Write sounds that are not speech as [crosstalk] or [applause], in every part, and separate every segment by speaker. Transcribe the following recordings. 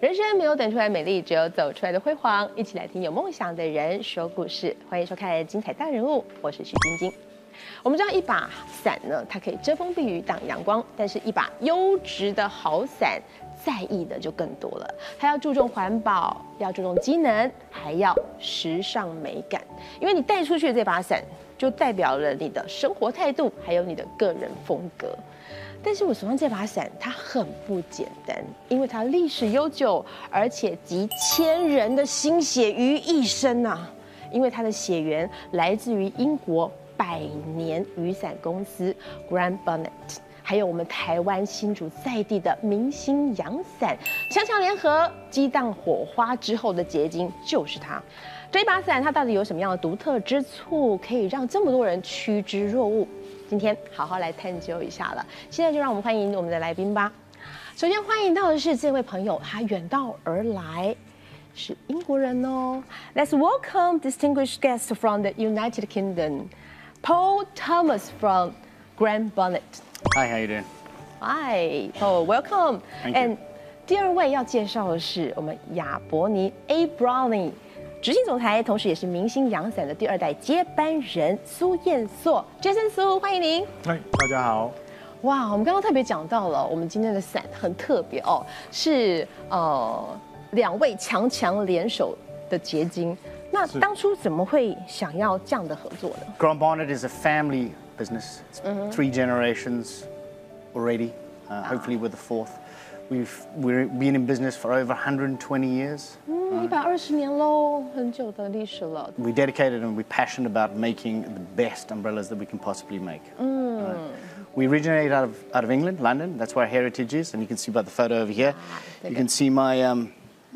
Speaker 1: 人生没有等出来美丽，只有走出来的辉煌。一起来听有梦想的人说故事，欢迎收看《精彩大人物》，我是徐晶晶。我们知道一把伞呢，它可以遮风避雨、挡阳光，但是一把优质的好伞，在意的就更多了。它要注重环保，要注重机能，还要时尚美感。因为你带出去的这把伞，就代表了你的生活态度，还有你的个人风格。但是我手上这把伞它很不简单，因为它历史悠久，而且集千人的心血于一身呐、啊。因为它的血源来自于英国百年雨伞公司 Grand Bonnet，还有我们台湾新竹在地的明星阳伞，强强联合激荡火花之后的结晶就是它。这把伞它到底有什么样的独特之处，可以让这么多人趋之若鹜？今天好好来探究一下了。现在就让我们欢迎我们的来宾吧。首先欢迎到的是这位朋友，他远道而来，是英国人哦。Let's welcome distinguished guest from the United Kingdom, Paul Thomas from Grand Bonnet.
Speaker 2: Hi, how you doing?
Speaker 1: Hi, Paul, welcome.
Speaker 2: Thank you.
Speaker 1: And 第二位要介绍的是我们亚伯尼 A. Browning。执行总裁，同时也是明星阳伞的第二代接班人苏燕硕，Jason 苏，欢迎您。
Speaker 2: 嗨，哎大家好。
Speaker 1: 哇，我们刚刚特别讲到了，我们今天的伞很特别哦，是呃两位强强联手的结晶。那
Speaker 2: 是
Speaker 1: 当初怎么会想要这样的合作呢？
Speaker 2: Grand Bonnet is a family business. It's three generations already. Uh, Hopefully, we're the fourth. We've we're been in business for over 120 years.
Speaker 1: 嗯，一百二十年喽，很久的历史了。
Speaker 2: We're dedicated and we're passionate about making the best umbrellas that we can possibly make. Right. We originate out of out of England, London. That's where our heritage is, and you can see by the photo over here.
Speaker 1: there
Speaker 2: you
Speaker 1: you
Speaker 2: can see my um,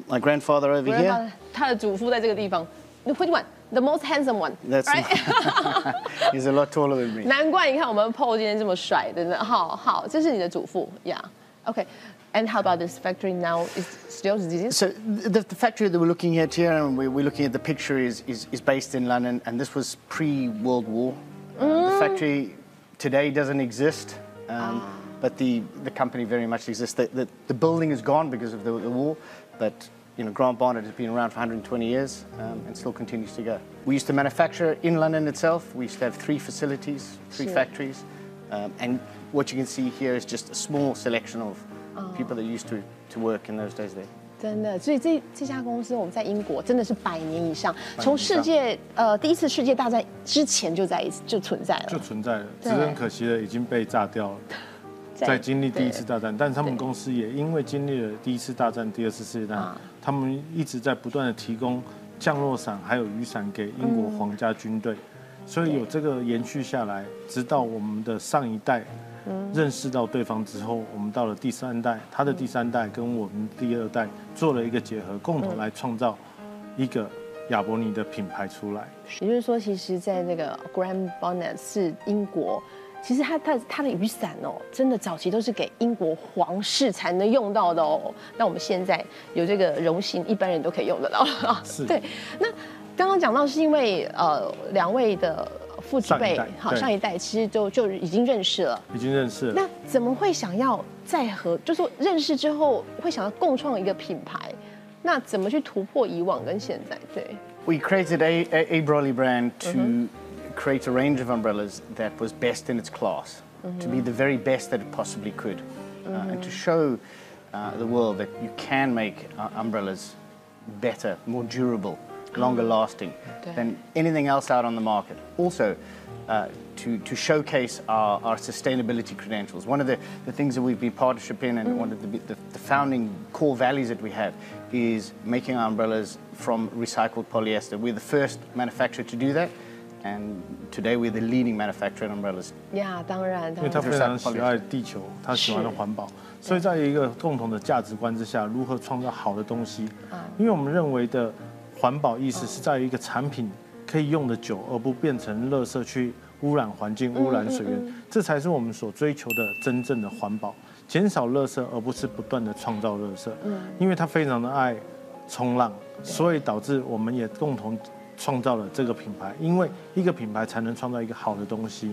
Speaker 2: my grandfather over
Speaker 1: 我
Speaker 2: here.
Speaker 1: 让他的祖父在这个地方，Which one? The most handsome one.
Speaker 2: That's [laughs] he's a lot taller than me.
Speaker 1: [laughs] 难怪你看我们 Paul 今天这么帅，真的好好，这是你的祖父，Yeah. Okay. And how about this factory now? Is still this?
Speaker 2: So the, the factory that we're looking at here, and we- we're looking at the picture, is, is, is based in London, and this was pre-World War. Um, The factory today doesn't exist, um, but the, the company very much exists. The, the, the building is gone because of the, the war, but you know, Grant Barnett has been around for 120 years um, and still continues to go. We used to manufacture in London itself. We used to have three facilities, three
Speaker 1: Sure.
Speaker 2: factories, um, and what you can see here is just a small selection of people that used to, to work in those days there.
Speaker 1: 真的，所以这这家公司我们在英国真的是百年以上，
Speaker 2: 上
Speaker 1: 从世界呃第一次世界大战之前就在就存在
Speaker 3: 就
Speaker 1: 了，
Speaker 3: 存在了，只
Speaker 1: 对
Speaker 3: 是很可惜的已经被炸掉了。在经历第一次
Speaker 1: 对
Speaker 3: 大战，但是他们
Speaker 1: 对
Speaker 3: 公司也因为经历了第一次大战、第二次世界大战
Speaker 1: 啊，
Speaker 3: 他们一直在不断的提供降落伞还有雨伞给英国皇家军队，所以有这个延续下来，直到我们的上一代
Speaker 1: 嗯
Speaker 3: 认识到对方之后，我们到了第三代，他的第三代跟我们第二代做了一个结合，共同来创造一个亚伯尼的品牌出来。
Speaker 1: 也就是说，其实，在那个 Grand Bonnet 是英国，其实它它它的雨伞哦，真的早期都是给英国皇室才能用到的哦。那我们现在有这个荣幸，一般人都可以用得到了。哦
Speaker 3: 是
Speaker 1: 对。那刚刚讲到是因为呃，两位的父祖辈
Speaker 3: 上一代
Speaker 1: 好
Speaker 3: 对
Speaker 1: 上一代其实就就已经认识了。
Speaker 3: 已经认识了。
Speaker 1: 那怎么会想要再和，就说认识之后会想要共创一个品牌？那怎么去突破以往跟现在？对，
Speaker 2: We created a, a, a Broly brand to create a range of umbrellas that was best in its class, to be the very best that it possibly could, uh, and to show uh, the world that you can make uh, umbrellas better, more durable, longer lasting
Speaker 1: Okay.
Speaker 2: than anything else out on the market. Also, uh, to, to showcase our, our sustainability credentials. One of the, the things that we've been partnership in and one of the, the, the founding core values that we have is making our umbrellas from recycled polyester. We're the first manufacturer to do that, and today we're the leading manufacturer in umbrellas
Speaker 1: 呀，当然，当
Speaker 3: 因为他
Speaker 1: 然
Speaker 3: 非常喜爱地球，他喜欢
Speaker 1: 是
Speaker 3: 环保，所以在一个共同的价值观之下，如何创造好的东西
Speaker 1: 嗯？
Speaker 3: 因为我们认为的环保意识是在于一个产品可以用的久，而不变成垃圾去污染环境、污染水源，这才是我们所追求的真正的环保，减少垃圾，而不是不断的创造垃圾。嗯因为他非常的爱冲浪，所以导致我们也共同。创造了这个品牌，因为嗯一个品牌才能创造一个好的东西。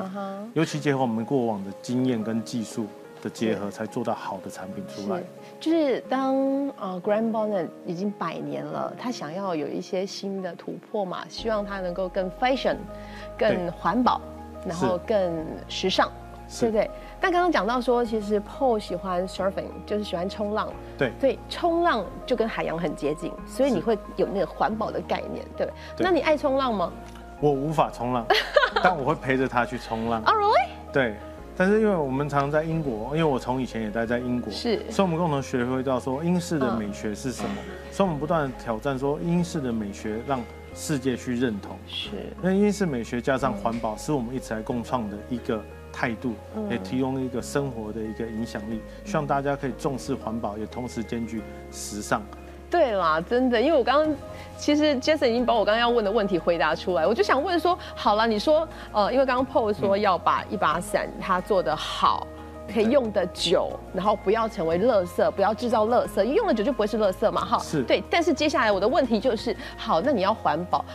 Speaker 3: 尤其结合我们过往的经验跟技术，的结合，才做到好的产品出来
Speaker 1: 是。，就是当呃 Grand Bonnet 已经百年了，他想要有一些新的突破嘛，希望它能够更 fashion、更
Speaker 3: 对
Speaker 1: 环保，然后更时尚，
Speaker 3: 是
Speaker 1: 对不对？但刚刚讲到说，其实 Paul 喜欢 surfing，就是喜欢冲浪，
Speaker 3: 对
Speaker 1: 所以冲浪就跟海洋很接近，所以你会有那个环保的概念，对不对？
Speaker 3: 对
Speaker 1: 那你爱冲浪吗？
Speaker 3: 我无法冲
Speaker 1: [laughs]
Speaker 3: 浪，但我会陪着他去冲浪
Speaker 1: 啊。，really？
Speaker 3: 对，但是因为我们常在英国，因为我从以前也待在英国，
Speaker 1: 是哦
Speaker 3: 所以我们共同学会到说英式的美学是什么，所以我们不断地挑战说英式的美学让世界去认同。
Speaker 1: 是
Speaker 3: 那英式美学加
Speaker 1: 嗯
Speaker 3: 上环保，是我们一直来共创的一个态度，
Speaker 1: 嗯
Speaker 3: 也提供一个生活的一个影响力，希望大家可以重视环保，也同时兼具时尚。
Speaker 1: 对啦，真的，因为我刚刚其实 Jason 已经把我刚刚要问的问题回答出来，我就想问说，好了，你说呃，因为刚刚 Paul 说要把一把伞它做得好。可以用得久，然后不要成为垃圾，不要制造垃圾，因为用得久就不会是垃圾嘛，哈。
Speaker 3: 是
Speaker 1: 对，但是接下来我的问题就是，好，那你要环保。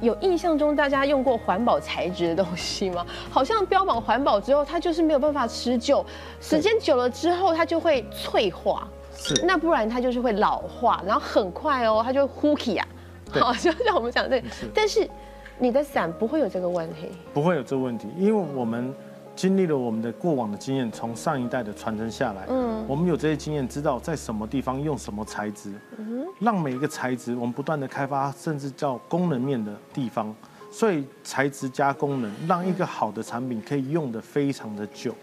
Speaker 1: 有印象中大家用过环保材质的东西吗？好像标榜环保之后，它就是没有办法持久，时间久了之后，它就会脆化。
Speaker 3: 是
Speaker 1: 那不然它就是会老化，然后很快哦，它就会呼起啊。
Speaker 3: 对
Speaker 1: 好， [laughs] 就像我们讲这个
Speaker 3: 是，
Speaker 1: 但是你的伞不会有这个问题。
Speaker 3: 不会有这问题，因为我们经历了我们的过往的经验，从上一代的传承下来，嗯，我们有这些经验，知道在什么地方用什么材质，让每一个材质我们不断的开发，甚至叫功能面的地方，所以材质加功能，让一个好的产品可以用的非常的久，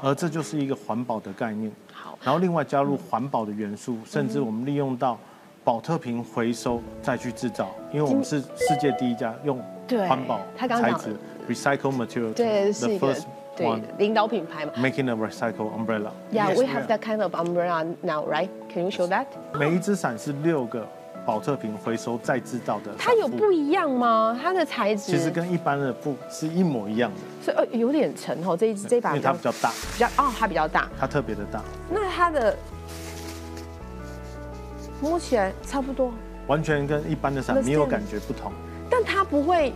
Speaker 3: 而这就是一个环保的概念。
Speaker 1: 好，
Speaker 3: 然后另外加入环保的元素，甚至我们利用到保特瓶回收再去制造，因为我们是世界第一家用
Speaker 1: 对
Speaker 3: 环保
Speaker 1: 他刚
Speaker 3: 材
Speaker 1: 讲
Speaker 3: 质 recycle material，
Speaker 1: 对，是
Speaker 3: the
Speaker 1: 一个
Speaker 3: first
Speaker 1: 对
Speaker 3: one
Speaker 1: 领导品牌嘛。
Speaker 3: making a recycle umbrella。
Speaker 1: Yeah,
Speaker 2: Yes,
Speaker 1: we
Speaker 2: we
Speaker 1: have
Speaker 2: are.
Speaker 1: that kind of umbrella now, right? Can you show that?
Speaker 3: 每一只伞是六个保特瓶回收再制造的，
Speaker 1: 它有不？一样吗？它的材质
Speaker 3: 其实跟一般的布是一模一样的，
Speaker 1: 所以呃有点沉哦，这一这一把
Speaker 3: 因为
Speaker 1: 比
Speaker 3: 它
Speaker 1: 较
Speaker 3: 比较大，
Speaker 1: 比较哦，它比较大。
Speaker 3: 它特别的大，
Speaker 1: 那它的摸起来差不多，
Speaker 3: 完全跟一般的伞
Speaker 1: Understand
Speaker 3: 没有感觉不同，
Speaker 1: 但它不会，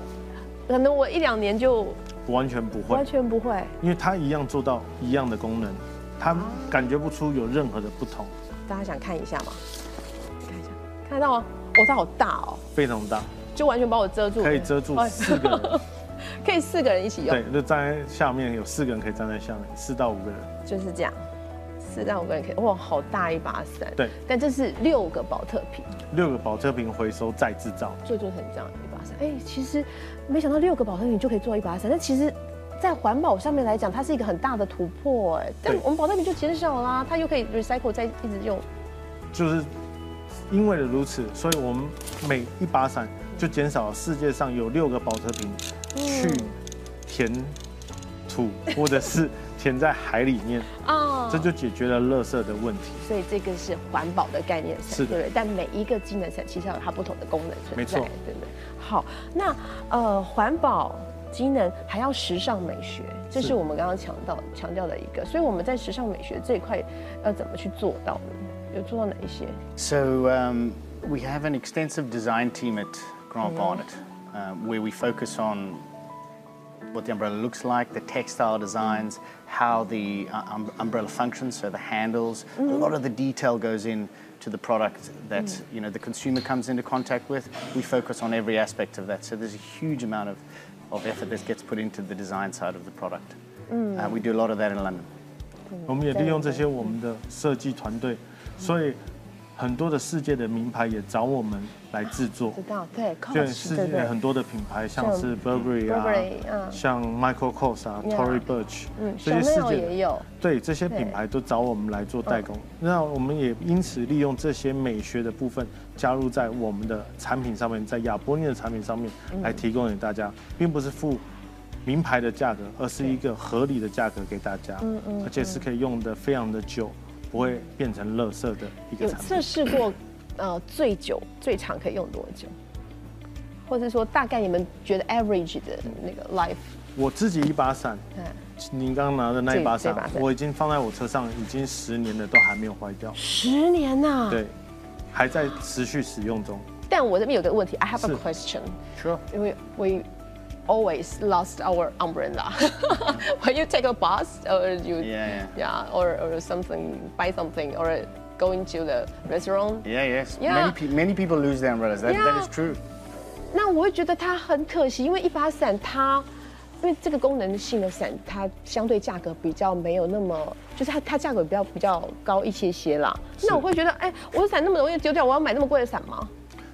Speaker 1: 可能我一两年就
Speaker 3: 完全不会
Speaker 1: 完，全不会。
Speaker 3: 因为它一样做到一样的功能，它感觉不出有任何的不同，
Speaker 1: 大家想看一下吗？看一下，看得到吗？哦，它好大哦，
Speaker 3: 非常大，
Speaker 1: 就完全把我遮住了，
Speaker 3: 可以遮住
Speaker 1: 哎
Speaker 3: 四个人，
Speaker 1: [laughs] 可以四个人一起用，
Speaker 3: 对，就站在下面有四个人可以站在下面，四到五个人，
Speaker 1: 就是这样，四到五个人可以。哇，好大一把伞。
Speaker 3: 对，
Speaker 1: 但这是六个保特瓶，
Speaker 3: 六个保特瓶回收再制造。
Speaker 1: 做做成这样一把伞。哎，其实没想到六个保特瓶就可以做一把伞，但其实。在环保上面来讲，它是一个很大的突破哎，但
Speaker 3: 对
Speaker 1: 我们保特瓶就减少啦，它又可以 recycle 再一直用，
Speaker 3: 就是因为了如此，所以我们每一把伞就减少了世界上有六个保特瓶去填土或者是填在海里面，
Speaker 1: 啊
Speaker 3: 这就解决了垃圾的问题。
Speaker 1: 所以这个是环保的概念伞，
Speaker 3: 是
Speaker 1: 对
Speaker 3: 的
Speaker 1: 不对？但每一个机能伞其实它有它不同的功能存在，
Speaker 3: 没错
Speaker 1: 对不对？好，那呃，环保机能还要时尚美学，这是
Speaker 3: 是
Speaker 1: 我们刚刚强调强调的一个。所以我们在时尚美学这一块要怎么去做到呢？有做到哪一些？
Speaker 2: So um, we have an extensive design team at Grant
Speaker 1: Mm-hmm.
Speaker 2: Barnett, um, where we focus on what the umbrella looks like, the textile designs,
Speaker 1: Mm-hmm.
Speaker 2: how the uh, um, umbrella functions, so the handles.
Speaker 1: Mm-hmm.
Speaker 2: A lot of the detail goes in to the product that you know the consumer comes into contact with. We focus on every aspect of that. So there's a huge amount of, of effort that gets put into the design side of the product.
Speaker 1: Mm.
Speaker 2: Uh, we do a lot of that in London.
Speaker 3: 我们也利用这些我们的设计团队，所以很多的世界的名牌也找我们来制作。
Speaker 1: 知道对
Speaker 3: 对
Speaker 1: ，Coach
Speaker 3: 世
Speaker 1: 对不
Speaker 3: 界
Speaker 1: 对？
Speaker 3: 很多的品牌，像是 Burberry 啊
Speaker 1: Burberry，嗯，
Speaker 3: 像 Michael Kors 啊
Speaker 1: Yeah
Speaker 3: ，Tory Burch，
Speaker 1: 嗯
Speaker 3: 这些世
Speaker 1: ，Chanel
Speaker 3: 界
Speaker 1: 也有
Speaker 3: 对这些
Speaker 1: 对嗯
Speaker 3: 品牌都找我们来做代工。那我们也因此利用这些美学的部分，加入在我们的产品上面，在亚波尼的产品上面
Speaker 1: 嗯
Speaker 3: 来提供给大家，并不是付。名牌的价格，而是一个合理的价格给大家，嗯嗯，而且是可以用的非常的久，不会变成垃圾的一个
Speaker 1: 有
Speaker 3: 产品
Speaker 1: 测。试过，呃，最久最长可以用多久？或者说大概你们觉得 average 的那个 life？
Speaker 3: 我自己一把伞，
Speaker 1: 嗯
Speaker 3: 您刚刚拿的那一把伞
Speaker 1: 这这把，伞
Speaker 3: 我已经放在我车上已经十年了，都还没有坏掉，
Speaker 1: 十年呐、
Speaker 3: 对，还在持续使用中。
Speaker 1: 但我这边有个问题，I have a
Speaker 3: 是
Speaker 1: question，
Speaker 2: Sure.
Speaker 1: 因为我 always lost our umbrella. [laughs] when you take a bus or you
Speaker 2: Yeah, yeah.
Speaker 1: or, or something buy something or going to the restaurant.
Speaker 2: Yeah, yes.
Speaker 1: Yeah.
Speaker 2: Many, pe- many people lose their umbrellas. That, that
Speaker 1: Yeah.
Speaker 2: is true.
Speaker 1: 那我会觉得它很可惜，因为一把伞它，因为这个功能性的伞，它相对价格比较没有那么，就是它它价格比较比较高一些些啦。那我会觉得，哎，我的伞那么容易丢掉，我要买那么贵的伞吗？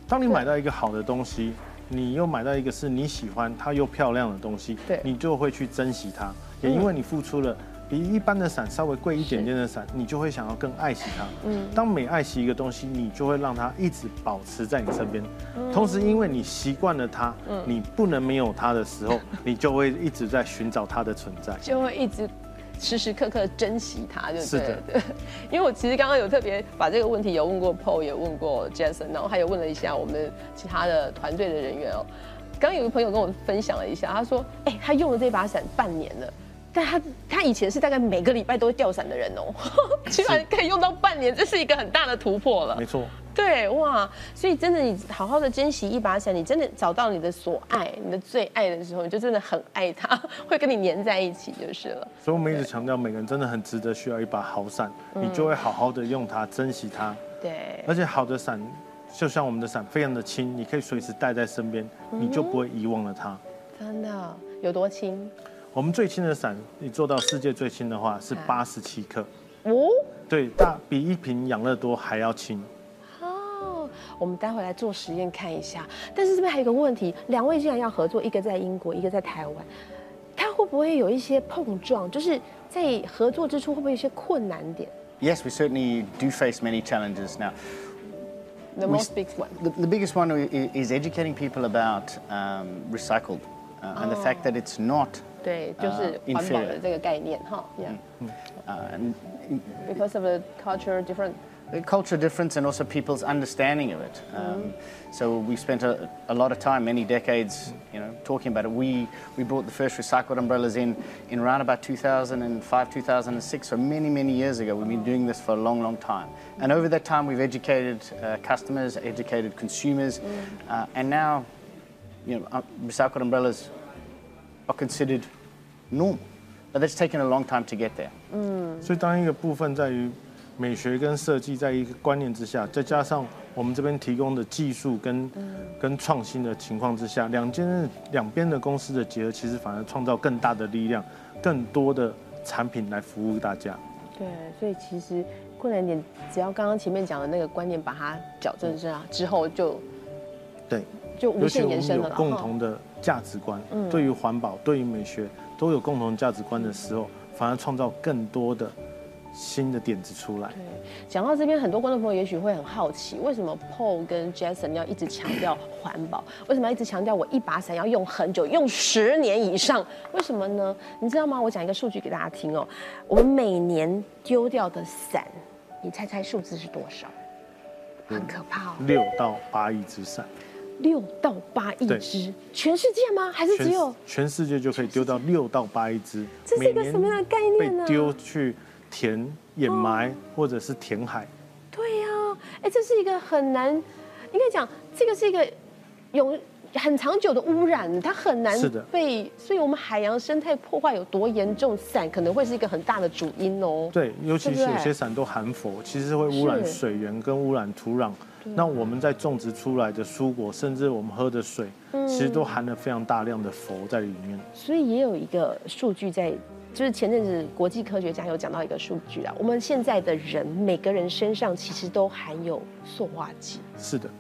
Speaker 3: 当你买到一个好的东西，你又买到一个是你喜欢它又漂亮的东西，
Speaker 1: 对
Speaker 3: 你就会去珍惜它。也因为你付出了比一般的伞稍微贵一点点的伞，你就会想要更爱惜它。嗯，当每爱惜一个东西，你就会让它一直保持在你身边。同时，因为你习惯了它，你不能没有它的时候，你就会一直在寻找它的存在。
Speaker 1: 就会一直时时刻刻珍惜它，就对
Speaker 3: 是的
Speaker 1: 对， [laughs] 因为我其实刚刚有特别把这个问题有问过 Paul，也问过 Jason，然后还有问了一下我们其他的团队的人员哦。刚有个朋友跟我分享了一下，他说：“哎、他用了这把伞半年了。”但他他以前是大概每个礼拜都会掉伞的人哦， [laughs] 居然可以用到半年，这是一个很大的突破了
Speaker 3: 没。错。
Speaker 1: 对，哇，所以真的，你好好的珍惜一把伞，你真的找到你的所爱，你的最爱的时候，你就真的很爱它，会跟你粘在一起就是了。
Speaker 3: 所以我们一直强调，每个人真的很值得需要一把好伞，你就会好好的用它，珍惜它。
Speaker 1: 对，
Speaker 3: 而且好的伞，就像我们的伞，非常的轻，你可以随时带在身边，你就不会遗忘了它。
Speaker 1: 真的有多轻
Speaker 3: 我们最轻的伞，你做到世界最轻的话是
Speaker 1: 啊
Speaker 3: 八十七克，
Speaker 1: 哦。
Speaker 3: 对，大比一瓶养乐多还要轻。
Speaker 1: 哦，我们待会来做实验看一下。但是这边还有一个问题，两位既然要合作，一个在英国，一个在台湾，它会不会有一些碰撞？就是在合作之初会不会有一些困难点
Speaker 2: Yes, we certainly do face many challenges now.
Speaker 1: ？The
Speaker 2: We-
Speaker 1: most big one.
Speaker 2: The, the biggest one i- i- is educating people about um, recycled uh, and the fact that it's not.
Speaker 1: 对，就是
Speaker 2: 呃
Speaker 1: 环保的
Speaker 2: inferior
Speaker 1: 这个概念哈。Yeah.
Speaker 3: 嗯呃
Speaker 2: Uh, n-
Speaker 1: Because of the culture different.
Speaker 2: the culture difference and also people's understanding of it. Um, so we spent a, a lot of time, many decades, you know, talking about it. We we brought the first recycled umbrellas in in around about 2005, 2006. So many, many years ago, we've been doing this for a long, long time. And over that time, we've educated uh, customers, educated consumers, uh, and now, you know, uh, recycled umbrellas are considered normal. But that's taken a long time to get there.
Speaker 3: 所以当一个部分在于美学跟设计在一个观念之下，再加上我们这边提供的技术跟、跟创新的情况之下，两间两边的公司的结合，其实反而创造更大的力量，更多的产品来服务大家。
Speaker 1: 对，所以其实困难点，只要刚刚前面讲的那个观念把它矫正之后，之后就
Speaker 3: 对，
Speaker 1: 就无
Speaker 3: 尤其
Speaker 1: 限
Speaker 3: 我
Speaker 1: 延
Speaker 3: 们
Speaker 1: 伸
Speaker 3: 有
Speaker 1: 了啦。
Speaker 3: 共
Speaker 1: 哈嗯
Speaker 3: 同的价值观，对于环保、对于美学都有共同价值观的时候，反而创造更多的新的点子出来。
Speaker 1: 对讲到这边，很多观众朋友也许会很好奇，为什么 Paul 跟 Jason 要一直强调环保？为什么要一直强调我一把伞要用很久，用十年以上？为什么呢？你知道吗？我讲一个数据给大家听哦，我们每年丢掉的伞，你猜猜数字是多少？很可怕哦，
Speaker 3: 六到八亿之伞，
Speaker 1: 六到八亿
Speaker 3: 对
Speaker 1: 只，全世界吗？还是只
Speaker 3: 全
Speaker 1: 有？
Speaker 3: 全世界就可以丢到六到八亿只，
Speaker 1: 这是一个什么样的概念呢哦
Speaker 3: 被丢去填掩埋或者是填海，
Speaker 1: 对呀、哎，这是一个很难，应该讲这个是一个有很长久的污染，它很难
Speaker 3: 是的
Speaker 1: 被，所以我们海洋生态破坏有多严重，伞可能会是一个很大的主因哦。
Speaker 3: 对，尤其是
Speaker 1: 对
Speaker 3: 有些伞都含氟，其实会污染
Speaker 1: 是
Speaker 3: 水源跟污染土壤。那我们在种植出来的蔬果，甚至我们喝的水，
Speaker 1: 嗯
Speaker 3: 其实都含了非常大量的氟在里面。
Speaker 1: 所以也有一个数据在，就是前阵子国际科学家有讲到一个数据啊，我们现在的人每个人身上其实都含有塑化剂。
Speaker 3: 是的，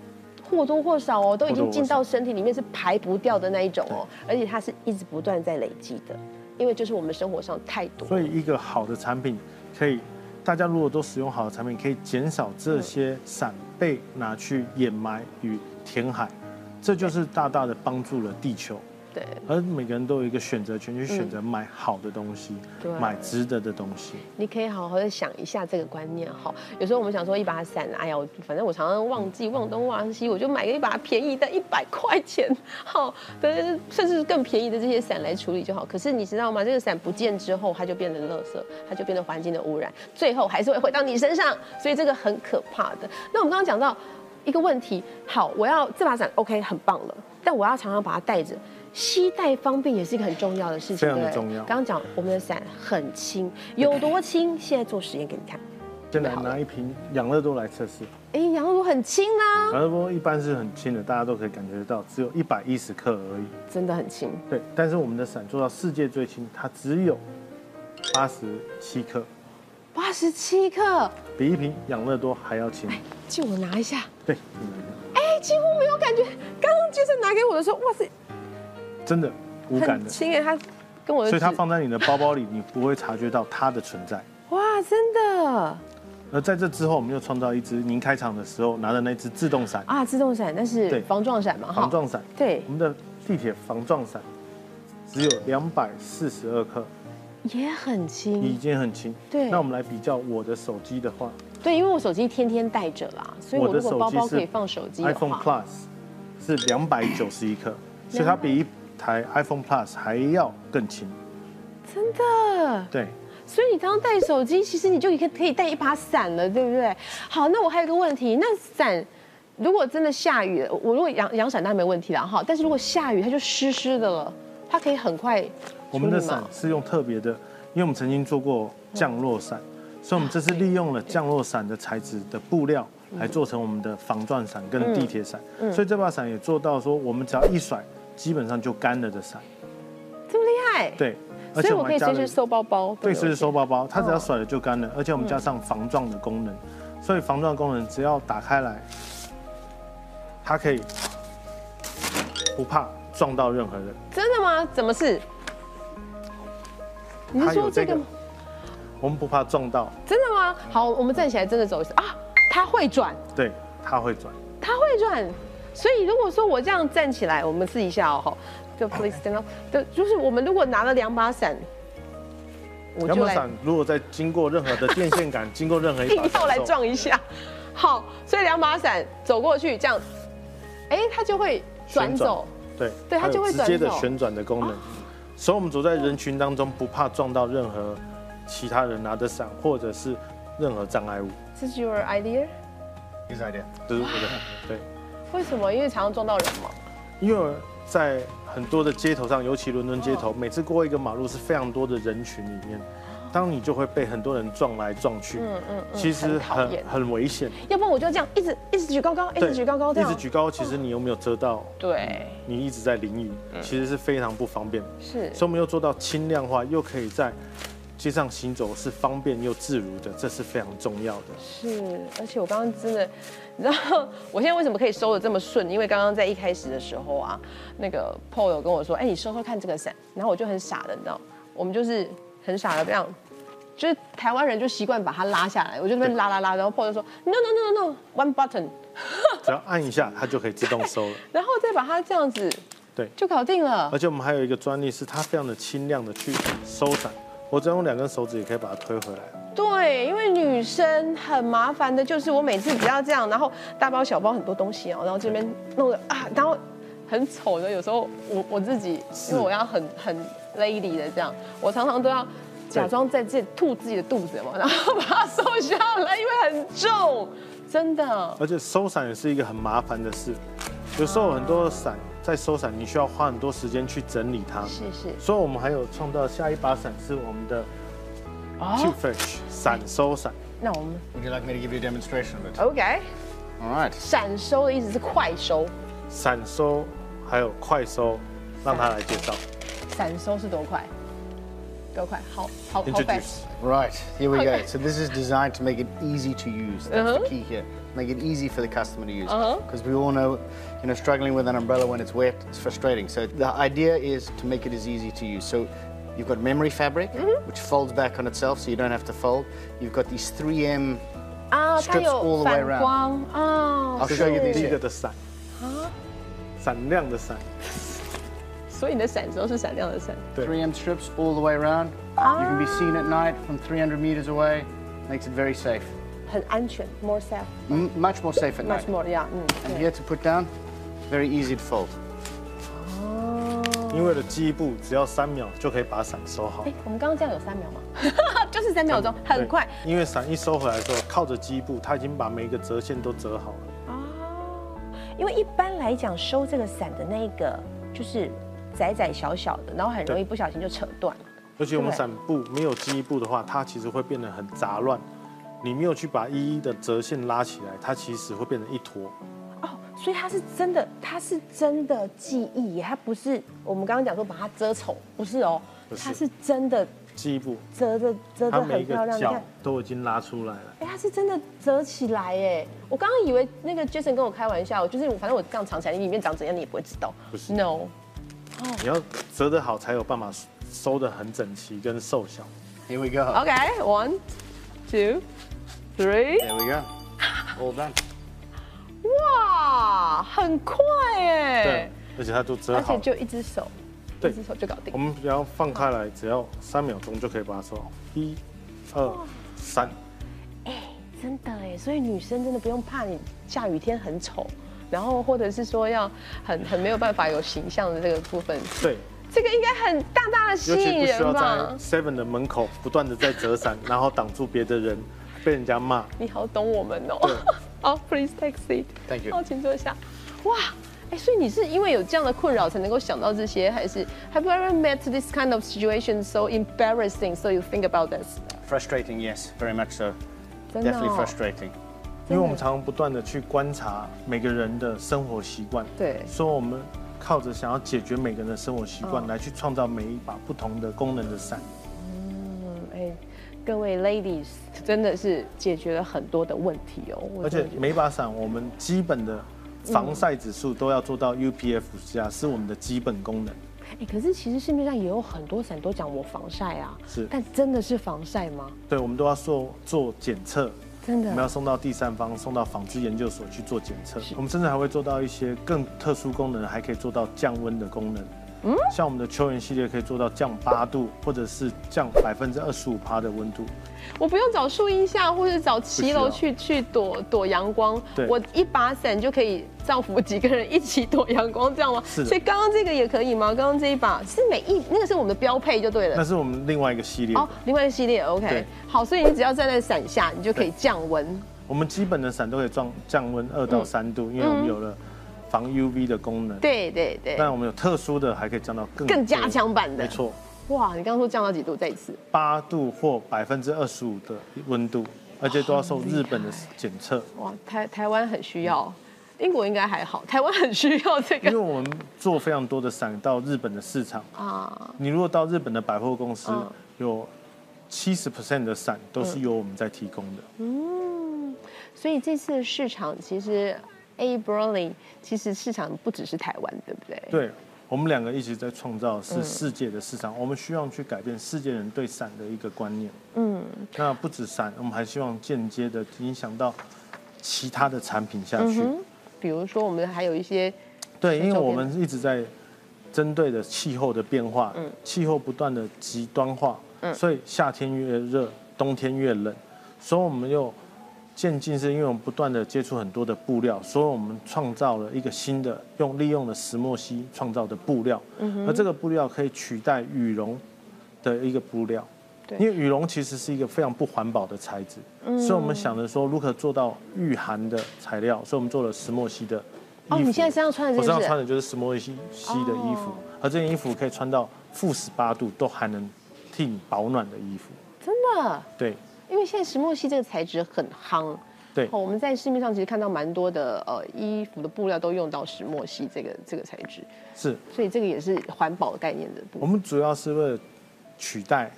Speaker 1: 或多或少哦，都已
Speaker 3: 或多
Speaker 1: 经
Speaker 3: 或
Speaker 1: 进到
Speaker 3: 少
Speaker 1: 身体里面是排不掉的那一种哦，而且它是一直不断在累积的，因为就是我们生活上太多了。
Speaker 3: 所以一个好的产品可以，大家如果都使用好的产品，可以减少这些伞被拿去掩埋与填海，这就是大大的帮助了地球。
Speaker 1: 对，
Speaker 3: 而每个人都有一个选择权，去选择买好的东西，
Speaker 1: 对
Speaker 3: 买值得的东西。
Speaker 1: 你可以好好的想一下这个观念哈。有时候我们想说一把伞，哎呀，我反正我常常忘记忘东忘西，我就买个一把便宜的，一百块钱，好，但是甚至更便宜的这些伞来处理就好。可是你知道吗？这个伞不见之后，它就变成垃圾，它就变成环境的污染，最后还是会回到你身上，所以这个很可怕的。那我们刚刚讲到一个问题，好，我要这把伞 OK 很棒了，但我要常常把它带着。携带方便也是一个很重要的事情，
Speaker 3: 非常
Speaker 1: 对
Speaker 3: 的
Speaker 1: 不对
Speaker 3: 重要
Speaker 1: 刚刚讲我们的伞很轻，有多轻？现在做实验给你看。
Speaker 3: 先来拿一瓶养乐多来测试。
Speaker 1: 哎，羊乳很轻啊，
Speaker 3: 养乐多一般是很轻的，大家都可以感觉得到，只有一百一十克而已。
Speaker 1: 真的很轻。
Speaker 3: 对，但是我们的伞做到世界最轻，它只有八十七克，
Speaker 1: 八十七克，
Speaker 3: 比一瓶养乐多还要轻。
Speaker 1: 借我拿一下。
Speaker 3: 对，你们
Speaker 1: 哎，几乎没有感觉。刚刚杰森拿给我的时候，哇塞，
Speaker 3: 真的无感
Speaker 1: 很
Speaker 3: 的，
Speaker 1: 轻哎，他跟我的
Speaker 3: 所以它
Speaker 1: 指
Speaker 3: 放在你的包包里，你不会察觉到它的存在。
Speaker 1: 哇，真的
Speaker 3: 而在这之后，我们又创造一支您开场的时候拿的那支自动伞，
Speaker 1: 啊，自动伞，但是
Speaker 3: 对
Speaker 1: 防撞伞嘛，哈
Speaker 3: 防撞伞。
Speaker 1: 对
Speaker 3: 我们的地铁防撞伞只有两百四十二克，
Speaker 1: 也很
Speaker 3: 已
Speaker 1: 轻。
Speaker 3: 经很轻。
Speaker 1: 嗯对
Speaker 3: 那我们来比较我的手机的话，
Speaker 1: 对，因为我手机天天带着啦，所以我
Speaker 3: 的
Speaker 1: 如果包包
Speaker 3: 是
Speaker 1: 可以放手机的
Speaker 3: iPhone
Speaker 1: 话，
Speaker 3: Plus 是两百九十一克，所以它比一台 iPhone Plus 还要更轻。
Speaker 1: 真的。
Speaker 3: 对，
Speaker 1: 所以你当带手机，其实你就可以可以带一把伞了，对不对？好，那我还有一个问题，那伞如果真的下雨了，我如果阳阳伞当然没问题了哈，但是如果下雨它就湿湿的了，它可以很快
Speaker 3: 我们的
Speaker 1: 处理
Speaker 3: 伞
Speaker 1: 吗
Speaker 3: 是用特别的，因为我们曾经做过降落伞，所以我们这次利用了降落伞的材质的布料
Speaker 1: 嗯
Speaker 3: 来做成我们的防撞伞跟地铁伞，所以这把伞也做到说，我们只要一甩，基本上就干了的伞。
Speaker 1: 这么厉害，，
Speaker 3: 对，而
Speaker 1: 所以
Speaker 3: 且
Speaker 1: 我
Speaker 3: 我
Speaker 1: 可
Speaker 3: 们
Speaker 1: 以
Speaker 3: 加
Speaker 1: 随
Speaker 3: 了
Speaker 1: 时收包包，
Speaker 3: 对，随时收
Speaker 1: 包。
Speaker 3: 包包，它只要甩了就干
Speaker 1: 哦
Speaker 3: 了，而且我们加上防撞的功能，所以防撞功能只要打开来，它可以不怕撞到任何人。
Speaker 1: 真的吗？怎么是？你是
Speaker 3: 它有
Speaker 1: 说这个吗？
Speaker 3: 我们不怕撞到，
Speaker 1: 真的吗？好，我们站起来真的走一次啊！它会转，
Speaker 3: 对，它会转。
Speaker 1: 它会转，所以如果说我这样站起来，我们试一下哦，吼就 please stand up，就就是我们如果拿了两把伞，我
Speaker 3: 阳
Speaker 1: 就
Speaker 3: 把
Speaker 1: 来
Speaker 3: 伞如果在经过任何的电线
Speaker 1: [laughs]
Speaker 3: 杆，经过任何一把
Speaker 1: 硬要来
Speaker 3: 感受，
Speaker 1: 撞一下，好，所以两把伞走过去这样，哎，它就会转
Speaker 3: 旋
Speaker 1: 走，，
Speaker 3: 对，
Speaker 1: 对它
Speaker 3: 有
Speaker 1: 就会
Speaker 3: 直接的
Speaker 1: 转走啊
Speaker 3: 旋转的功能，所以我们走在人群当中不怕撞到任何其他人拿的伞或者是任何障碍物，
Speaker 1: 这是 your idea？
Speaker 2: His idea.
Speaker 3: 这是我的对。
Speaker 1: 为什么？因为常常撞到人嘛。
Speaker 3: 因为在很多的街头上，尤其伦敦街
Speaker 1: 嗯
Speaker 3: 头，每次过一个马路是非常多的人群里
Speaker 1: 哦
Speaker 3: 面，当你就会被很多人撞来撞去，嗯嗯，其实
Speaker 1: 很讨
Speaker 3: 很
Speaker 1: 厌
Speaker 3: 很危险，
Speaker 1: 要不然我就这样一直一直举高高，一直举高高这
Speaker 3: 一
Speaker 1: 样，
Speaker 3: 直举高，其实你又没有遮到，
Speaker 1: 对，
Speaker 3: 你一直在淋雨，其实是非常不方便。
Speaker 1: 嗯是
Speaker 3: 所以我们又做到轻量化，又可以在街上行走是方便又自如的，这是非常重要的。
Speaker 1: 是，而且我刚刚真的，你知道我现在为什么可以收的这么顺？因为刚刚在一开始的时候啊，那个 Paul 有跟我说，哎、你收收看这个伞，然后我就很傻的，你知道，我们就是很傻的这样。就是台湾人就习惯把它拉下来，我就那边拉拉拉，然后 Paul 就说 no no no no no one button，
Speaker 3: 只要按一下，它就可以自动收
Speaker 1: [laughs]
Speaker 3: 了。
Speaker 1: 然后再把它这样子
Speaker 3: 对，
Speaker 1: 就搞定了
Speaker 3: 而。且我们还有一个专利是它非常的轻量的去收伞，我只要用两根手指也可以把它推回来。
Speaker 1: 对，因为女生很麻烦的，就是我每次只要这样，然后大包小包很多东西哦，然后这边弄的啊，然后很丑的，有时候我我自己，因为我要很很 lady 的这样，我常常都要假装在自己吐自己的肚子嘛，然后把它收下来，因为很重，真的。
Speaker 3: 而且收伞也是一个很麻烦的事，有时候很多伞在收伞，你需要花很多时间去整理它。
Speaker 1: 是是
Speaker 3: 所以我们还有创造下一把伞是我们的 t u
Speaker 1: 哦，
Speaker 3: f i s h 伞收伞，
Speaker 1: 那我们
Speaker 2: Would you like me to give you a demonstration of it?
Speaker 1: OK，
Speaker 2: All right.
Speaker 1: 闪收的意思是快收，
Speaker 3: 伞收还有快收，让他来介绍。
Speaker 1: 闪收是多快？多快？好好好快。
Speaker 3: Introduce
Speaker 2: Right, here we go.
Speaker 1: Okay.
Speaker 2: So this is designed to make it easy to use. That's
Speaker 1: Uh-huh.
Speaker 2: the key here. Make it easy for the customer to use.
Speaker 1: Uh-huh.
Speaker 2: Because we all know, you know, struggling with an umbrella when it's wet, it's frustrating. So the idea is to make it as easy to use. So you've got memory fabric,
Speaker 1: Mm-hmm.
Speaker 2: which folds back on itself so you don't have to fold. You've got these 3M
Speaker 1: 啊，它
Speaker 2: Strips all
Speaker 1: 有
Speaker 2: the way
Speaker 1: 反光啊，
Speaker 2: I'll
Speaker 3: 这
Speaker 2: show you
Speaker 3: 是
Speaker 2: these
Speaker 3: 第一
Speaker 2: here.
Speaker 3: 个的伞，闪亮的伞，
Speaker 1: 所以你的闪收是闪亮的闪。
Speaker 3: 对
Speaker 2: 3M strips all the way around. You can be
Speaker 1: Ah.
Speaker 2: seen at night from 300 meters away. Makes it very safe.
Speaker 1: 很安全，more safe,
Speaker 2: M- much more safe at
Speaker 1: much
Speaker 2: night.
Speaker 1: more，yeah，嗯，
Speaker 2: And
Speaker 1: 对
Speaker 2: here to put down, very easy to fold.
Speaker 1: 哦，
Speaker 3: 因为的记忆步只要三秒就可以把伞收好
Speaker 1: 哎。，我们刚刚这样有三秒 [laughs] 吗？就是三秒钟，很快。
Speaker 3: 对，因为伞一收回来的时候，靠着机步，它已经把每一个折线都折好了。
Speaker 1: 哦，因为一般来讲收这个伞的那一个就是窄窄小小的，然后很容易不小心就扯断。
Speaker 3: 而且我们
Speaker 1: 对
Speaker 3: 伞布没有记忆布的话，它其实会变得很杂乱。你没有去把一一的折线拉起来，它其实会变成一坨。
Speaker 1: 哦，所以它是真的，它是真的记忆耶，它不是我们刚刚讲说把它遮丑，不是哦，
Speaker 3: 不是
Speaker 1: 它是真的
Speaker 3: 记忆布，
Speaker 1: 折的折
Speaker 3: 它
Speaker 1: 的
Speaker 3: 每一
Speaker 1: 很
Speaker 3: 个
Speaker 1: 漂亮。你
Speaker 3: 角
Speaker 1: 看，
Speaker 3: 都已经拉出来了。
Speaker 1: 哎，它是真的折起来耶！我刚刚以为那个 Jason 跟我开玩笑，就是反正我这样藏起来，里面长怎样你也不会知道。
Speaker 3: 不是
Speaker 1: No，
Speaker 3: 你要折得好，才有办法收得很整齐跟瘦小。
Speaker 2: Here we go.
Speaker 1: OK, one, two, three.
Speaker 2: There we go. All done.
Speaker 1: 哇，很快
Speaker 3: 对
Speaker 1: 耶！，
Speaker 3: 而且它都折
Speaker 1: 而且
Speaker 3: 好。
Speaker 1: 就一只手，一
Speaker 3: 对
Speaker 1: 只手就搞定
Speaker 3: 我。们只要放开来，只要三秒钟就可以把它收好。一、二、三。
Speaker 1: 真的哎，所以女生真的不用怕你下雨天很丑，然后或者是说要很很没有办法有形象的这个部分，
Speaker 3: 对，
Speaker 1: 这个应该很大大的吸
Speaker 3: 尤其
Speaker 1: 引
Speaker 3: 不需要
Speaker 1: 人
Speaker 3: 在
Speaker 1: 吧？
Speaker 3: Seven 的门口不断的在折伞，然后挡住别的人，被人家骂。
Speaker 1: 你好懂我们哦。 [laughs] 好，please take seat。
Speaker 2: Thank you.
Speaker 1: 好，请坐下。哇，哎，所以你是因为有这样的困扰才能够想到这些，还是 Have you ever met this kind of situation so embarrassing so you think about this？
Speaker 2: Frustrating, yes, very much so.
Speaker 1: 真的
Speaker 2: Definitely
Speaker 1: 哦，
Speaker 2: frustrating.
Speaker 3: 因为我们常常不断的去观察每个人的生活习惯，
Speaker 1: 对
Speaker 3: 所以我们靠着想要解决每个人的生活习惯
Speaker 1: 嗯
Speaker 3: 来去创造每一把不同的功能的伞。
Speaker 1: 嗯哎，各位 ladies 真的是解决了很多的问题哦。我
Speaker 3: 而
Speaker 1: 真
Speaker 3: 且
Speaker 1: 的觉得
Speaker 3: 每把伞我们基本的防晒指数都要做到 UPF 加，是我们的基本功能。
Speaker 1: 哎，可是其实市面上也有很多伞都讲我防晒啊，
Speaker 3: 是
Speaker 1: 但真的是防晒吗？
Speaker 3: 对，我们都要做做检测，
Speaker 1: 真
Speaker 3: 我们
Speaker 1: 的
Speaker 3: 要送到第三方，送到纺织研究所去做检测。我们甚至还会做到一些更特殊功能，还可以做到降温的功能。嗯，像我们的秋园系列可以做到降八度，或者是降百分之二十五趴的温度。
Speaker 1: 我不用找树荫下，或是找骑楼
Speaker 3: 不需
Speaker 1: 去去躲躲阳光
Speaker 3: 对，
Speaker 1: 我一把伞就可以造福几个人一起躲阳光，这样吗？
Speaker 3: 是的
Speaker 1: 所以刚刚这个也可以吗？刚刚这一把是每一那个是我们的标配就对
Speaker 3: 那
Speaker 1: 了。
Speaker 3: 是我们另外一个系列的。
Speaker 1: 哦，另外一个系列
Speaker 3: 对
Speaker 1: OK，好，所以你只要站在伞下，你就可以降温。
Speaker 3: 我们基本的伞都可以降降温二到三
Speaker 1: 嗯
Speaker 3: 度，因为我们有了防 UV 的功能。
Speaker 1: 对对对，
Speaker 3: 但我们有特殊的，还可以降到更
Speaker 1: 更加强版的
Speaker 3: 没错，
Speaker 1: 哇，你刚刚说降到几度？再一次，
Speaker 3: 八度或百分之二十五的温度，而且都要受日本的检测，
Speaker 1: 哇，台台湾很需要，英国应该还好，台湾很需要这
Speaker 3: 因为
Speaker 1: 个
Speaker 3: 我们做非常多的伞到日本的市场。
Speaker 1: [laughs] 啊，
Speaker 3: 你如果到日本的百货公司
Speaker 1: 嗯，
Speaker 3: 有七十 percent 的伞都是由我们在提供的。
Speaker 1: 嗯所以这次的市场其实 A Broly 其实市场不只是台湾，对不对？
Speaker 3: 对，我们两个一直在创造
Speaker 1: 嗯
Speaker 3: 是世界的市场，我们希望去改变世界人对伞的一个观念。嗯，那不止伞，我们还希望间接的影响到其他的产品下
Speaker 1: 嗯
Speaker 3: 去。
Speaker 1: 比如说我们还有一些
Speaker 3: 对，因为
Speaker 1: 周边
Speaker 3: 我们一直在针对的气候的变化，
Speaker 1: 嗯
Speaker 3: 气候不断的极端化，所以夏天越热，冬天越冷，所以我们又渐进是因为我们不断的接触很多的布料，所以我们创造了一个新的用利用了石墨烯创造的布料，
Speaker 1: 嗯
Speaker 3: 而这个布料可以取代羽绒的一个布料。
Speaker 1: 对嗯
Speaker 3: 因为羽绒其实是一个非常不环保的材质，所以我们想着说如何做到御寒的材料，所以我们做了石墨烯的衣服。
Speaker 1: 哦你现在身上穿的这个
Speaker 3: 我身上
Speaker 1: 是
Speaker 3: 穿的就是石墨烯烯的衣服
Speaker 1: 哦，
Speaker 3: 而这件衣服可以穿到负十八度都还能替你保暖的衣服。
Speaker 1: 真的，
Speaker 3: 对
Speaker 1: 因为现在石墨烯这个材质很夯。
Speaker 3: 对
Speaker 1: 哦，我们在市面上其实看到蛮多的呃衣服的布料都用到石墨烯这个这个材质，
Speaker 3: 是
Speaker 1: 所以这个也是环保概念的部
Speaker 3: 我
Speaker 1: 分。
Speaker 3: 们主要是为了取代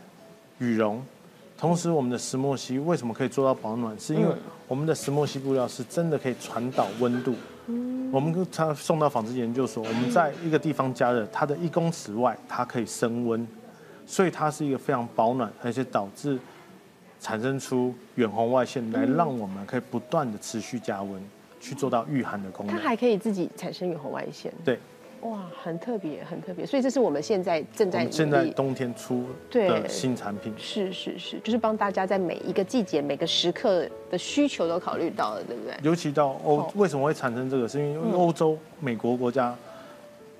Speaker 3: 羽绒，同时我们的石墨烯为什么可以做到保
Speaker 1: 嗯
Speaker 3: 暖？是因为我们的石墨烯布料是真的可以传导温度。
Speaker 1: 嗯
Speaker 3: 我们跟它送到纺织研究所，我们在一个地方加热，它的一公尺外它可以升温，所以它是一个非常保暖，而且导致产生出远红外线来，让我们可以不断的持续加温，去做到御寒的功
Speaker 1: 它
Speaker 3: 能。
Speaker 1: 还可以自己产生远红外线，
Speaker 3: 对，
Speaker 1: 哇，很特别，很特别。所以这是我们现在正
Speaker 3: 我
Speaker 1: 在努
Speaker 3: 们
Speaker 1: 力。
Speaker 3: 现在冬天出
Speaker 1: 对
Speaker 3: 的新产品。
Speaker 1: 是是是，就是帮大家在每一个季节、每个时刻的需求都考虑到了，对不对？
Speaker 3: 尤其到欧，
Speaker 1: 哦
Speaker 3: 为什么会产生这个？是因为欧
Speaker 1: 嗯
Speaker 3: 洲、美国国家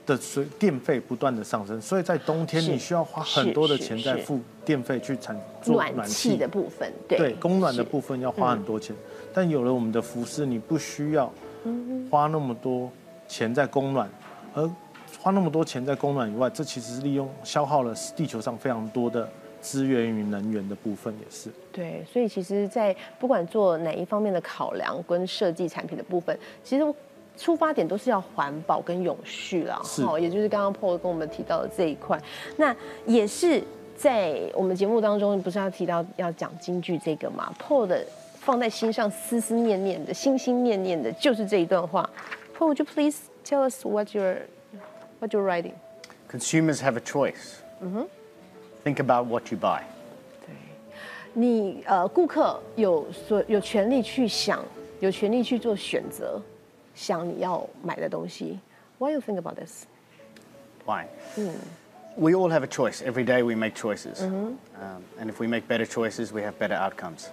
Speaker 3: 的水电费不断的上升，所以在冬天
Speaker 1: 是
Speaker 3: 你需要花很多的钱
Speaker 1: 是
Speaker 3: 在
Speaker 1: 是
Speaker 3: 付电费去产做
Speaker 1: 暖气的部分，对
Speaker 3: 对供暖的
Speaker 1: 是嗯
Speaker 3: 部分要花很多钱。但有了我们的服饰，你不需要花那么多钱在供暖，而花那么多钱在供暖以外，这其实是利用消耗了地球上非常多的资源与能源的部分，也是。
Speaker 1: 对，所以其实，在不管做哪一方面的考量跟设计产品的部分，其实出发点都是要环保跟永续啦。
Speaker 3: 是
Speaker 1: 也就是刚刚 Paul 跟我们提到的这一块，那也是在我们节目当中不是要提到要讲京剧这个嘛？Paul 的放在心上，思思念念的，心心念念的，就是这一段话。Paul, would you please tell us what you're what you're writing？
Speaker 2: Consumers have a choice. Think about what you buy.
Speaker 1: 对，你呃，顾客有所有权利去想，有权利去做选择，想你要买的东西。Why you think about this？
Speaker 2: Why? We all have a choice. Every day we make choices. Um, and if we make better choices, we have better outcomes.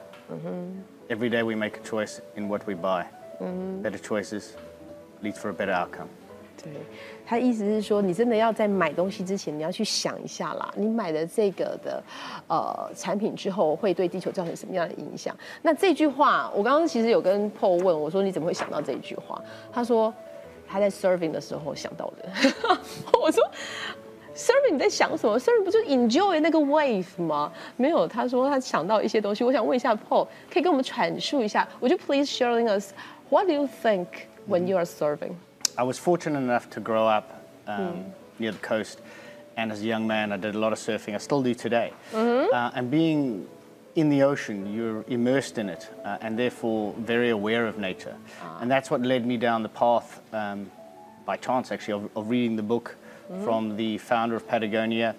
Speaker 2: Every day we make a choice in what we buy. Better choices leads for a better outcome.
Speaker 1: 对，他意思是说，你真的要在买东西之前，你要去想一下啦，你买了这个的呃产品之后，会对地球造成什么样的影响？那这句话，我刚刚其实有跟 Paul 问我说，你怎么会想到这一句话？他说他在 serving 的时候想到的。 [laughs] 我说 Sir，你在想什么？Sir 不就 enjoy 那个 wave 吗？没有，他说他想到一些东西。我想问一下 Paul，可以跟我们阐述一下？Would you please sharing us what do you think when you are serving？
Speaker 2: I was fortunate enough to grow up um, near the coast, and as a young man, I did a lot of surfing. I still do today. Uh, and being in the ocean, you're immersed in it, uh, and therefore very aware of nature. And that's what led me down the path, um, by chance actually, of, of reading the book from the founder of Patagonia.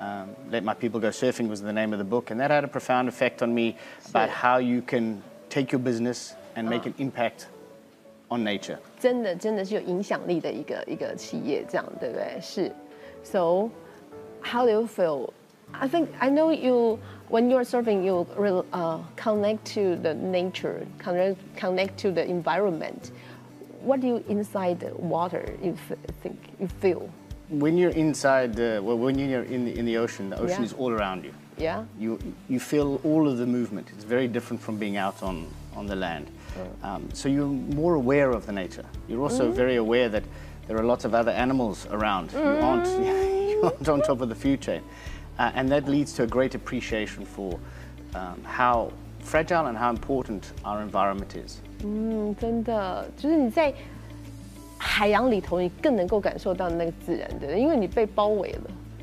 Speaker 2: Um, Let My People Go Surfing was the name of the book, and that had a profound effect on me about
Speaker 1: Sure.
Speaker 2: how you can take your business and make an impact on nature.
Speaker 1: 真的真的是有影响力的一个一个企业，这样对不对？是。So, how do you feel? I think I know you when you're serving, you re- uh, connect to the nature, connect connect to the environment. What do you inside the water? You f- think you feel?
Speaker 2: when you're inside the well, when you're in the, in the ocean, the ocean
Speaker 1: Yeah.
Speaker 2: is all around you.
Speaker 1: Yeah.
Speaker 2: You you feel all of the movement. It's very different from being out on on the land. Um, so you're more aware of the nature. You're also very aware that there are lots of other animals around. You aren't [laughs] you aren't on top of the food chain, uh, and that leads to a great appreciation for um, how fragile and how important our environment is.
Speaker 1: 嗯，真的，就是你在海洋里头，你更能够感受到那个自然，对不对？因为你被包围了。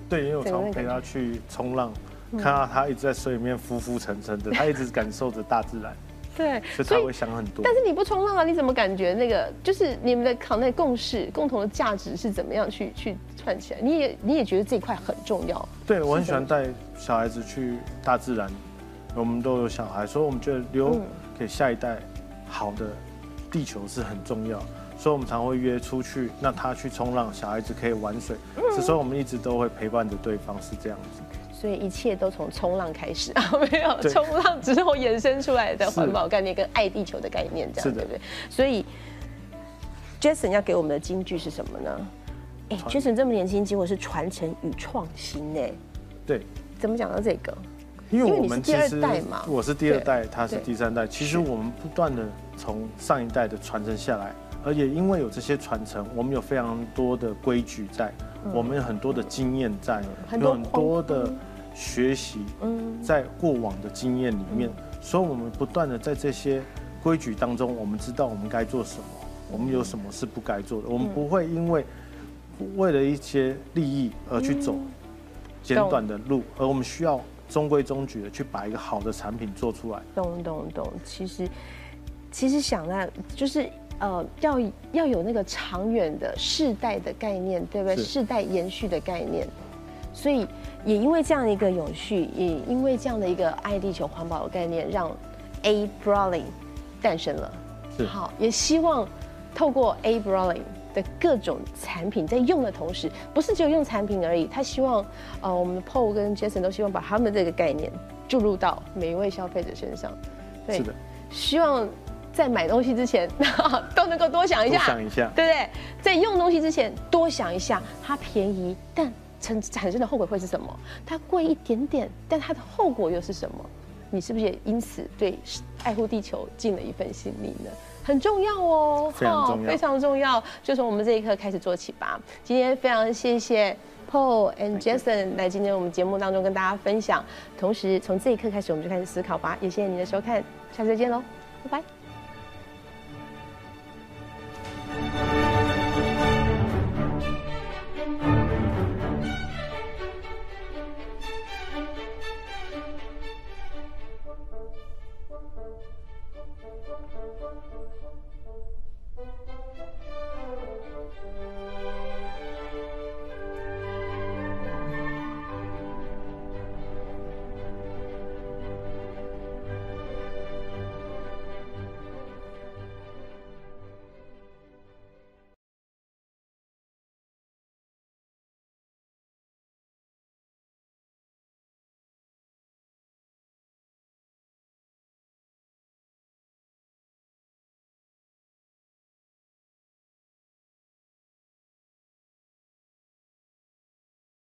Speaker 3: 对，因为我
Speaker 1: 整个
Speaker 3: 常
Speaker 1: 那
Speaker 3: 陪
Speaker 1: 感嗯
Speaker 3: 他去冲浪，看到他一直在水里面浮浮沉沉的，他一直感受着大自
Speaker 1: [laughs]
Speaker 3: 然，
Speaker 1: 对，
Speaker 3: 所以他会想很多
Speaker 1: 但。是你不冲浪啊，你怎么感觉那个就是你们的考内共识、共同的价值是怎么样去去串起来？你也你也觉得这一块很重要，
Speaker 3: 对，我很喜欢带小孩子去大自然，我们都有小孩，所以我们觉得
Speaker 1: 嗯
Speaker 3: 留给下一代好的地球是很重要，所以我们常会约出去，那他去冲浪，小孩子可以玩水，
Speaker 1: 嗯
Speaker 3: 这时候我们一直都会陪伴着对方，是这样子。
Speaker 1: 所以一切都从冲浪开
Speaker 3: [laughs]
Speaker 1: 始啊，没有
Speaker 3: 对
Speaker 1: 冲浪之后衍生出来的
Speaker 3: 是
Speaker 1: 环保概念跟爱地球的概念，这
Speaker 3: 是
Speaker 1: 样
Speaker 3: 的
Speaker 1: 对不对？所以 Jason 要给我们的金句是什么呢？哎，Jason 这么年轻，结果是传承与创新哎，
Speaker 3: 对，
Speaker 1: 怎么讲到这个？
Speaker 3: 因
Speaker 1: 因为
Speaker 3: 为
Speaker 1: 你
Speaker 3: 我
Speaker 1: 是
Speaker 3: 们
Speaker 1: 第
Speaker 3: 其
Speaker 1: 二
Speaker 3: 实
Speaker 1: 代嘛
Speaker 3: 我是第二代，
Speaker 1: 对
Speaker 3: 他是
Speaker 1: 对
Speaker 3: 第三代。其实我们不断的从上一代的传承下来，而也因为有这些传承，我们有非常多的规矩在，我们有很多的经验在，
Speaker 1: 嗯很多嗯
Speaker 3: 有很多的学习，在过往的经验里面，
Speaker 1: 嗯
Speaker 3: 所以我们不断的在这些规矩当中，我们知道我们该做什么，我们有什么是不该做的，我
Speaker 1: 嗯
Speaker 3: 们不会因为为了一些利益而去走简
Speaker 1: 嗯懂
Speaker 3: 短的路，而我们需要中规中矩的去把一个好的产品做出来。
Speaker 1: 懂懂懂，其实其实想到就是呃，要要有那个长远的世代的概念，对不对？
Speaker 3: 是
Speaker 1: 世代延续的概念，所以也因为这样的一个永续，也因为这样的一个爱地球环保的概念，让 A Brolin 诞生了。
Speaker 3: 是
Speaker 1: 好，也希望透过 A Brolin 的各种产品，在用的同时，不是只有用产品而已，他希望呃，我们的 Paul 跟 Jason 都希望把他们这个概念注入到每一位消费者身上。对
Speaker 3: 是的，
Speaker 1: 希望在买东西之前 [laughs] 都能够多想一下，
Speaker 3: 多想一下
Speaker 1: 对不对？在用东西之前多想一下，它便宜，但产产生的后果会是什么？它贵一点点，但它的后果又是什么？你是不是也因此对爱护地球尽了一份心力呢？很重要哦，
Speaker 3: 非常重要
Speaker 1: 哦非常重要，就从我们这一刻开始做起吧。今天非常谢谢 Paul and Jason 来今天我们节目当中跟大家分享，同时从这一刻开始我们就开始思考吧。也谢谢您的收看，下次再见喽，拜拜。
Speaker 4: Thank